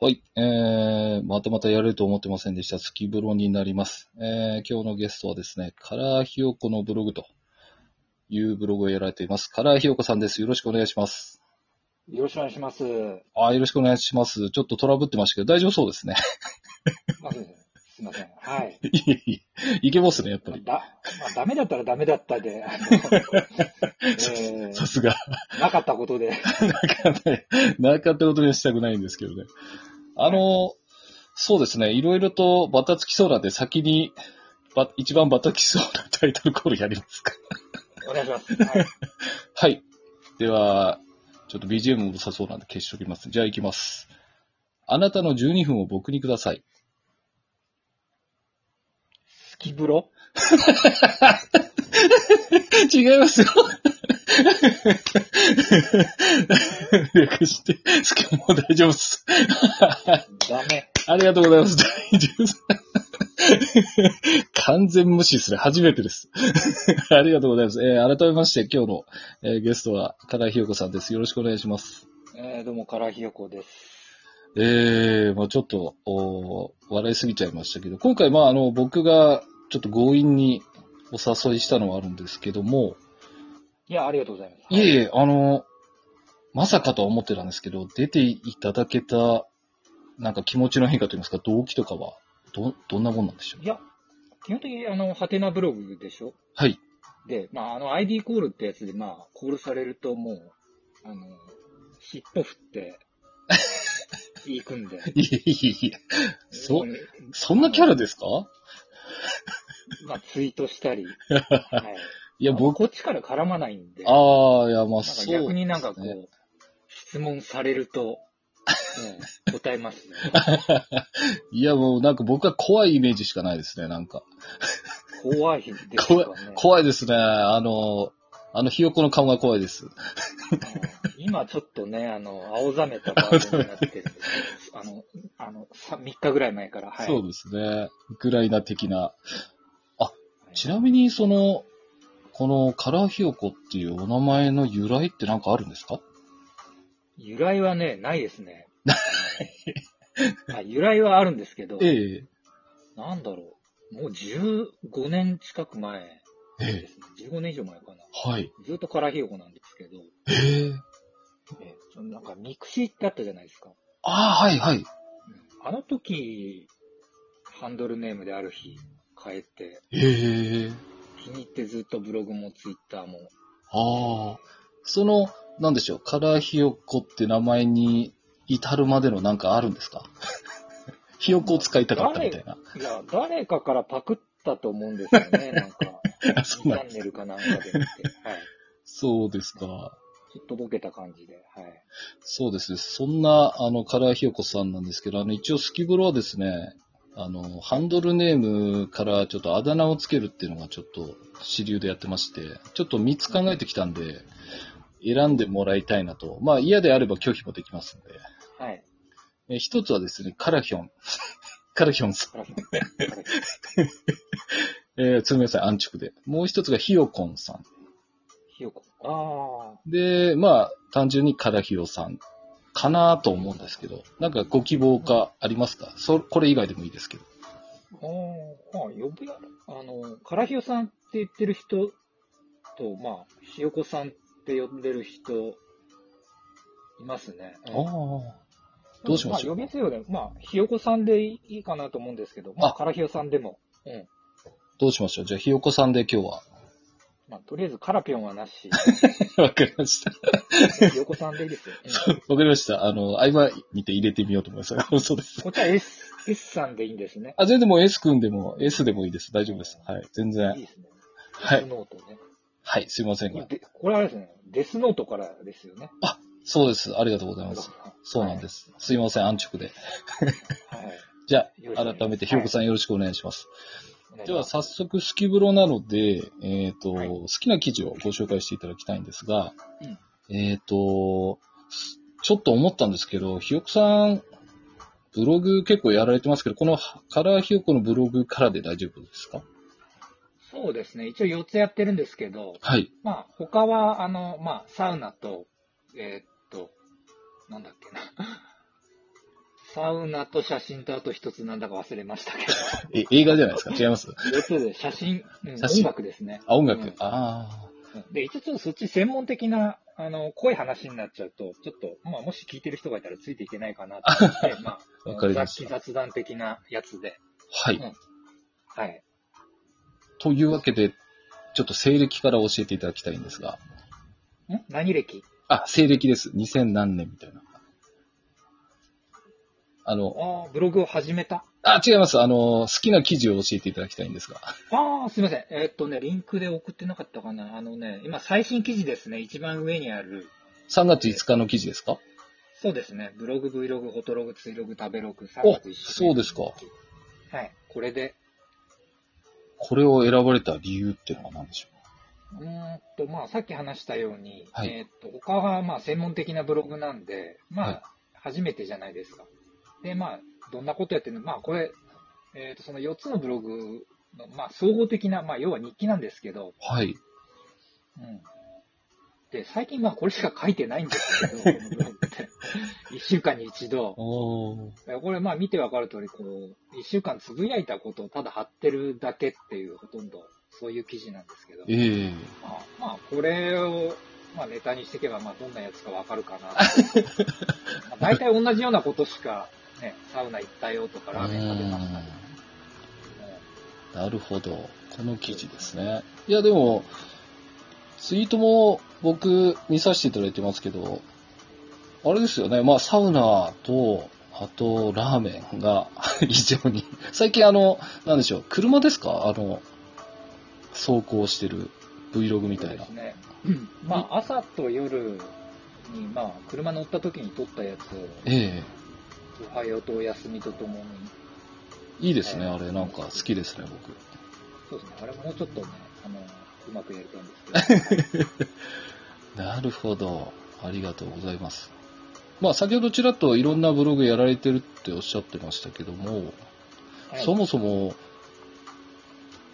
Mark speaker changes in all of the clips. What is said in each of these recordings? Speaker 1: はい。えー、またまたやれると思ってませんでした。月風呂になります。えー、今日のゲストはですね、カラーひよこのブログというブログをやられています。カラーひよこさんです。よろしくお願いします。
Speaker 2: よろしくお願いします。
Speaker 1: あーよろしくお願いします。ちょっとトラブってましたけど、大丈夫そうですね。
Speaker 2: まあそうですねすいません。はい。
Speaker 1: いえいえいけますね、やっぱ
Speaker 2: まあ
Speaker 1: り。
Speaker 2: だ、まあ、ダメだったらダメだったで、あ のえ
Speaker 1: さすが。
Speaker 2: ーなかったことで。
Speaker 1: なかったことにはしたくないんですけどね。あの、そうですね、いろいろとバタつきそうなんで、先に、ば一番バタつきそうなタイトルコールやりますか。
Speaker 2: お願いします。はい。
Speaker 1: はい。では、ちょっと BGM も良さそうなんで消しときます。じゃあ行きます。あなたの12分を僕にください。
Speaker 2: スキブロ
Speaker 1: 違いますよ。 略して、好きもう大丈夫です。
Speaker 2: ダメ。
Speaker 1: ありがとうございます。大丈夫です。完全無視する。初めてです。 ありがとうございます。えー改めまして、今日の、えーゲストは、唐井ひよこさんです。よろしくお願いします。
Speaker 2: えー、どうも、カラヒヨコです。
Speaker 1: えー、まあちょっと、お笑いすぎちゃいましたけど、今回、まああの、僕が、ちょっと強引にお誘いしたのはあるんですけども、
Speaker 2: いや、ありがとうございます。
Speaker 1: いえいえ、あの、まさかとは思ってたんですけど、出ていただけた、なんか気持ちの変化といいますか、動機とかは、ど、どんなもんなんでしょう
Speaker 2: いや、基本的に、あの、ハテナブログでしょ
Speaker 1: はい。
Speaker 2: で、まあ、あの、ID コールってやつで、まあ、コールされると、もう、あの、尻尾振 って、行くんで。
Speaker 1: いえいえいえ。そ、
Speaker 2: うん
Speaker 1: そんなキャラですか
Speaker 2: まあ、ツイートした り。はい
Speaker 1: いや、
Speaker 2: あの
Speaker 1: 僕、
Speaker 2: こっちから絡まないんで。
Speaker 1: ああ、いや、まあ、
Speaker 2: なんか
Speaker 1: そう。
Speaker 2: 逆になんかこう、
Speaker 1: そう
Speaker 2: 質問されると、うん答えます ね。
Speaker 1: いや、もうなんか僕は怖いイメージしかないですね、なんか。
Speaker 2: 怖いですかね。
Speaker 1: 怖いですね、あの、あのひよこの顔が怖いです。
Speaker 2: うん今ちょっとね、あの、青ざめたバージョンになってるんですけどあの、あの、さ3日ぐらい前から、はい。
Speaker 1: そうですね。ウクライナ的な。あ、ちなみに、その、このカラーひよこっていうお名前の由来ってなんかあるんですか
Speaker 2: 由来はね、ないですね。あ由来はあるんですけど、
Speaker 1: ええ。
Speaker 2: なんだろう。もう15年近く前
Speaker 1: え
Speaker 2: で
Speaker 1: え。
Speaker 2: すね。15年以上前かな。
Speaker 1: はい。
Speaker 2: ずっとカラヒヨコなんですけど、
Speaker 1: ええ。
Speaker 2: えそのなんかミクシーってあったじゃないですか。
Speaker 1: ああ、はい、はい。
Speaker 2: あの時、ハンドルネームである日変えて、
Speaker 1: ええ。
Speaker 2: 気に入ってずっとブログもツイッターも。
Speaker 1: ああ。その、なんでしょう、カラーひよこって名前に至るまでのなんかあるんですかひよこを使いたかったみたいな。
Speaker 2: いや、誰かからパクったと思うんですよね、なんか。
Speaker 1: あ
Speaker 2: チ
Speaker 1: そうなん
Speaker 2: ャンネルかなんかで見て。はい。
Speaker 1: そうですか。
Speaker 2: ちょっとボケた感じで。はい。
Speaker 1: そうですね。そんな、あの、カラーひよこさんなんですけど、あの、一応スキブロはですね、あの、ハンドルネームからちょっとあだ名をつけるっていうのがちょっと主流でやってまして、ちょっと3つ考えてきたんで、選んでもらいたいなと。まあ嫌であれば拒否もできますんで。
Speaker 2: はい。
Speaker 1: え一つはですね、カラヒョン。 カラヒョンさん。
Speaker 2: カラヒョンカラヒョン
Speaker 1: えー、つむやさん、安直で。もう一つがひよこんさ
Speaker 2: ひよこ。あ
Speaker 1: ん。で、まあ、単純にからひよさんかなと思うんですけど、なんかご希望かありますかそこれ以外でもいいですけど。
Speaker 2: あ。ああ、ああ呼ぶやろ。あの、カラヒヨさんって言ってる人と、まあ、ひよこさんって呼んでる人、いますね。うん
Speaker 1: あどうしましょう
Speaker 2: まあ、呼び捨てよね。まあ、ひよこさんでいいかなと思うんですけど、ま
Speaker 1: あ
Speaker 2: あ、からひよさんでも。うん。
Speaker 1: あ。どうしましょうじゃあ、ひよこさんで今日は。
Speaker 2: まあ、とりあえず、からぴょんはなし。
Speaker 1: わかりました。
Speaker 2: ひよこさんでいいですよ。うん
Speaker 1: わかりました。あの、合間見て入れてみようと思い ます。嘘です。
Speaker 2: こっちは S、S さんでいいんですね。
Speaker 1: あ、全然もう S 君でも S でもいいです。大丈夫です。はい。全
Speaker 2: い
Speaker 1: 然。
Speaker 2: いですね。
Speaker 1: は
Speaker 2: デ
Speaker 1: い。
Speaker 2: スノートね。
Speaker 1: はい。すいませんが。
Speaker 2: でこれはあれですね、デスノートからですよね。
Speaker 1: そうです。ありがとうござい
Speaker 2: は
Speaker 1: ます。そうなんです。すいません。安直で。
Speaker 2: はい。
Speaker 1: じゃ
Speaker 2: よろしくお願
Speaker 1: あ
Speaker 2: いします、
Speaker 1: 改めてひよこさんよろしくお願いします。
Speaker 2: お願いし
Speaker 1: では
Speaker 2: ます
Speaker 1: 早速、スキブロなので、えっ、と、
Speaker 2: はい
Speaker 1: 好きな記事をご紹介していただきたいんですが、
Speaker 2: うん
Speaker 1: えっ、と、すちょっと思ったんですけど、ひよこさん、ブログ結構やられてますけど、このカラーひよこのブログからで大丈夫ですか
Speaker 2: そうですね。一応4つやってるんですけど、
Speaker 1: はい。
Speaker 2: まあ、他は、あの、まあ、サウナと、えーっと、なんだっけな。 サウナと写真とあと一つなんだか忘れましたけど。
Speaker 1: え、映画じゃないですか違います
Speaker 2: 要するに写真、うん
Speaker 1: 写真
Speaker 2: 音楽ですね。
Speaker 1: あ、音楽。
Speaker 2: うん
Speaker 1: あ
Speaker 2: で、一応ちょっとそっち専門的な、あの、濃い話になっちゃうと、ちょっと、まあ、もし聞いてる人がいたらついていけないかなと思 って、まあ、
Speaker 1: わかりま
Speaker 2: 雑
Speaker 1: した
Speaker 2: 記雑談的なやつで。
Speaker 1: あ。はい。
Speaker 2: はい。
Speaker 1: というわけで、ちょっと西暦から教えていただきたいんですが。
Speaker 2: ん何歴
Speaker 1: あ、西暦です。2000何年みたいな。あの、
Speaker 2: ああ、ブログを始めた
Speaker 1: あ、違います。あの、好きな記事を教えていただきたいんです が。
Speaker 2: ああ、すいません。えーっとね、リンクで送ってなかったかな。あのね、今、最新記事ですね。一番上にある。
Speaker 1: 3月5日の記事ですか
Speaker 2: そうですね。ブログ、Vlog、フォトログ、ツイログ、食べログ、3
Speaker 1: お
Speaker 2: 月一、週目
Speaker 1: そうですか。
Speaker 2: はい。これで、
Speaker 1: これを選ばれた理由っていうのは何でしょ
Speaker 2: うーんと、まあ、さっき話したように、
Speaker 1: はい
Speaker 2: えーっと、他は、まあ、専門的なブログなんで、まあ、
Speaker 1: はい
Speaker 2: 初めてじゃないですか。で、まあ、どんなことやってるのまあ、これ、えーっと、その4つのブログの、まあ、総合的な、まあ、要は日記なんですけど、
Speaker 1: うはい。
Speaker 2: うんで、最近まあこれしか書いてないんで すけど、このブログって一週間に一度。
Speaker 1: おー
Speaker 2: これまあ見てわかる通り、こう、一週間つぶやいたことをただ貼ってるだけっていう、ほとんどそういう記事なんですけど、
Speaker 1: ええ
Speaker 2: まあ、まあこれを、まあネタにしていけば、まあどんなやつかわかる かな。まあ大体同じようなことしか、ね、サウナ行ったよとか、ラーメン食べましたとか、ね
Speaker 1: なるほど。この記事ですね。いや、でも、ツイートも僕見させていただいてますけど、あれですよね。まあ、サウナと、あと、ラーメンが 異常に。最近あの、なんでしょう。車ですかあの、走行してる Vlog みたいな
Speaker 2: そう。ですね。まあ、朝と夜に、まあ、車乗った時に撮ったやつを、
Speaker 1: ええ
Speaker 2: おはようとお休みとともに、
Speaker 1: いいですね。
Speaker 2: はい
Speaker 1: あれ、なんか好きですね、僕。
Speaker 2: そうですね、あれもうちょっとね、あの、うまくやりたい んですけど、
Speaker 1: なるほど。ありがとうございます。まあ、先ほどちらっといろんなブログやられてるっておっしゃってましたけども、
Speaker 2: はい
Speaker 1: そもそも、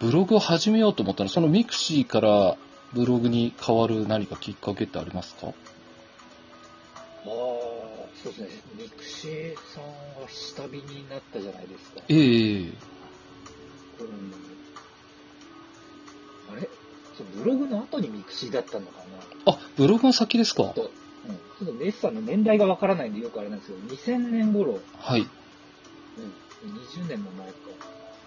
Speaker 1: ブログを始めようと思ったのは、そのミクシーからブログに変わる何かきっかけってありますか
Speaker 2: あーそうですね、ミクシーさんは下火になったじゃないですか。
Speaker 1: ええ
Speaker 2: うんあれそうブログの後にミクシーだったのかな
Speaker 1: あ、ブログの先ですか
Speaker 2: ちょっと、うん、ちょっとネスさんの年代がわからないんでよくあれなんですけど、2000年頃、
Speaker 1: はい。う
Speaker 2: うん、20年も前か。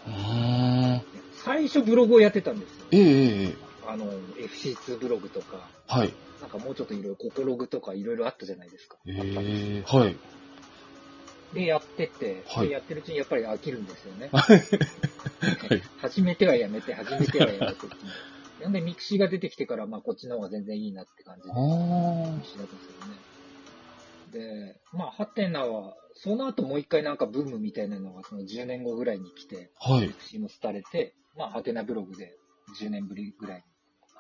Speaker 1: ーん。
Speaker 2: 最初ブログをやってたんですよ。
Speaker 1: ええええ
Speaker 2: あの、FC2 ブログとか、
Speaker 1: はい。
Speaker 2: なんかもうちょっといろいろ、ココログとかいろいろあったじゃないですか。
Speaker 1: え
Speaker 2: あったんです
Speaker 1: えはい。
Speaker 2: で、やってて、
Speaker 1: はい
Speaker 2: でやってるうちにやっぱり飽きるんです よね。
Speaker 1: い
Speaker 2: 始めてはやめて、始めてはやめて。なんでミクシーが出てきてから、まあこっちの方が全然いいなって感じで
Speaker 1: あ、ー
Speaker 2: ミクシーだったんですよね。で、まあハテナは、その後もう一回なんかブームみたいなのがその10年後ぐらいに来て、
Speaker 1: はい
Speaker 2: ミ。クシーも廃れて、まあハテナブログで10年ぶりぐらいに、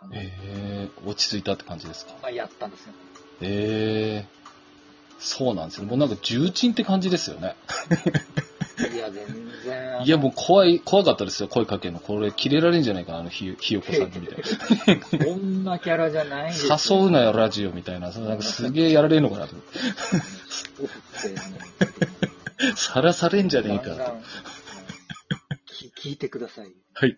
Speaker 2: あの
Speaker 1: ええ落ち着いたって感じですか
Speaker 2: まあやったんですよ。
Speaker 1: ええそうなんですよ。もうなんか重鎮って感じですよね。
Speaker 2: いや、全然。
Speaker 1: いや、もう怖い、怖かったですよ、声かけるの。これ、キレられんじゃないかな、あのひ、ひよこさんにみたいな。
Speaker 2: こんなキャラじゃないですよ
Speaker 1: 誘うなよ、ラジオみたいな。そのなんかすげえやられるのかなと思って。
Speaker 2: そうですね
Speaker 1: さらされんじゃねえ
Speaker 2: だんだ
Speaker 1: か。
Speaker 2: んき聞いてください。
Speaker 1: はい。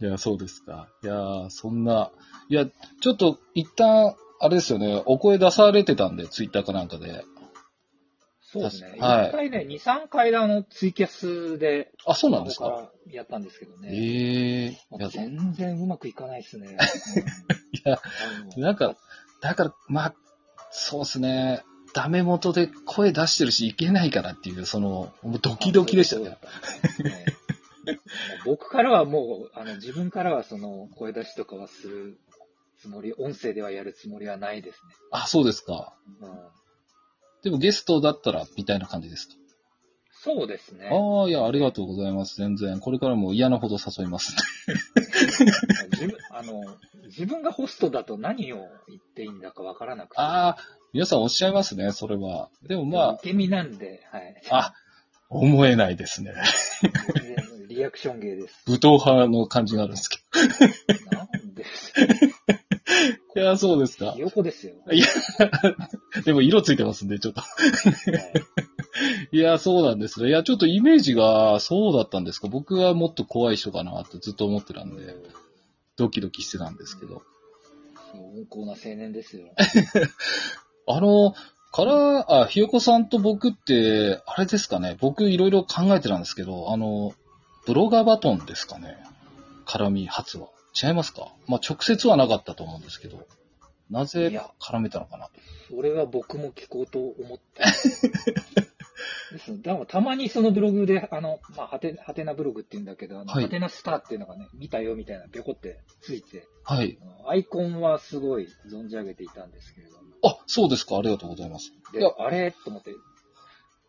Speaker 1: いや、そうですか。いやー、そんな。いや、ちょっと、一旦、あれですよね、お声出されてたんで、ツイッターかなんかで。
Speaker 2: そうですね。一
Speaker 1: はい
Speaker 2: 回ね、二三回であのツイキャスで、
Speaker 1: あ、そうなんです
Speaker 2: こ
Speaker 1: か。
Speaker 2: こからやったんですけどね。
Speaker 1: ええ
Speaker 2: も
Speaker 1: いうや、
Speaker 2: 全然うまくいかないで すね。
Speaker 1: いや、
Speaker 2: うん
Speaker 1: なんか、だから、まあ、そうですね。ダメ元で声出してるし、いけないかなっていう、その、もうドキドキでしたね。。
Speaker 2: ね僕からはもう、あの自分からはその声出しとかはするつもり、音声ではやるつもりはないです
Speaker 1: あ、そうですか。
Speaker 2: ね。うん
Speaker 1: でもゲストだったら、みたいな感じですか。
Speaker 2: そうですね。
Speaker 1: ああ、いや、ありがとうございます。全然。これからも嫌なほど誘います。
Speaker 2: 自分あの自分がホストだと何を言っていいんだかわからなくて。
Speaker 1: ああ、皆さんおっしゃいますね、それは。でもま
Speaker 2: 受け身なんで、はい。
Speaker 1: あ、あ、思えないですね。
Speaker 2: 全然リアクション芸です。
Speaker 1: 武闘派の感じがあるんですけ
Speaker 2: なんです。
Speaker 1: ど。いや、そうですか
Speaker 2: ひ。よこですよ。
Speaker 1: でも色ついてますんで、ちょっと。
Speaker 2: はい
Speaker 1: いや、そうなんですね。いや、ちょっとイメージがそうだったんですか。僕はもっと怖い人かなってずっと思ってたんで、ドキドキしてたんですけど。
Speaker 2: 温厚な青年ですよ。
Speaker 1: あの、から、あ、ひよこさんと僕って、あれですかね。僕いろいろ考えてたんですけど、あの、ブロガーバトンですかね。絡み初は。違いますかまあ、直接はなかったと思うんですけど、ないぜ
Speaker 2: や
Speaker 1: 絡めたのかなと。
Speaker 2: それは僕も聞こうと 思って。ですだからたまにそのブログで、あの、まあ、はてはてなブログって言うんだけど、あの
Speaker 1: はい
Speaker 2: はてなスターっていうのがね、見たよみたいな、ぴょこってついて、
Speaker 1: はい。
Speaker 2: あのアイコンはすごい存じ上げていたんですけれども、
Speaker 1: あ、そうですか。ありがとうございます。い
Speaker 2: で
Speaker 1: や、
Speaker 2: あれと思って、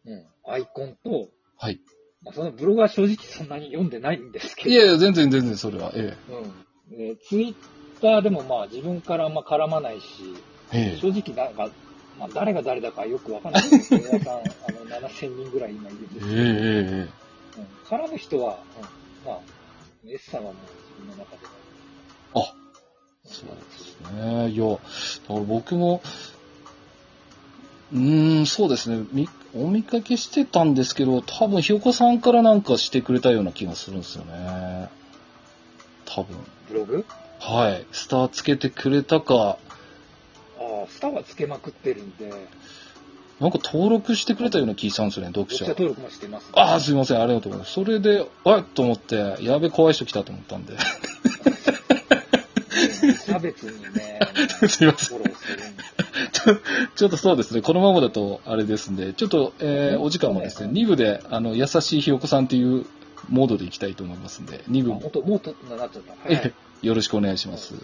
Speaker 2: うん、アイコンと、
Speaker 1: はい。
Speaker 2: まあ、そのブログは正直そんなに読んでないんですけど、
Speaker 1: いやいや、全然全然それは。え
Speaker 2: うん、でツイッターでもまあ自分からあんま絡まないし、
Speaker 1: え。ええ。
Speaker 2: 正直なんか、まあ、誰が誰だかよくわかんないんですけど、皆さん、あの、7000人ぐらい今いるん
Speaker 1: ええ
Speaker 2: ですけど、うん、
Speaker 1: ええええ。
Speaker 2: 絡む人は、うん、まあ、S さんはもう自分の中で。
Speaker 1: あ、そうですね。いや、だから僕も、うーん、そうですね。みお見かけしてたんですけど、多分ひよこさんからなんかしてくれたような気がするんですよね。多分。
Speaker 2: ブログ
Speaker 1: はい。スターつけてくれたか、
Speaker 2: ああ、スターはつけまくってるんで、
Speaker 1: なんか登録してくれたような気がしたんですよね、読
Speaker 2: 読者
Speaker 1: 者。
Speaker 2: 登録もしてます、
Speaker 1: ああ、すいません、ありがとうございます。それで、あっと思って、やべ、怖い人来たと思ったんで。
Speaker 2: うん差別にね、
Speaker 1: すいません
Speaker 2: フォローして るんで。
Speaker 1: ちょっとそうですね、このままだとあれですんで、ちょっと、えーお時間もですね、2部で、あの、優しいひよこさんというモードでいきたいと思いますんで、2
Speaker 2: あ
Speaker 1: 部
Speaker 2: 本
Speaker 1: も
Speaker 2: 当もうとなっちゃった。はい、
Speaker 1: えよろしくお願いします。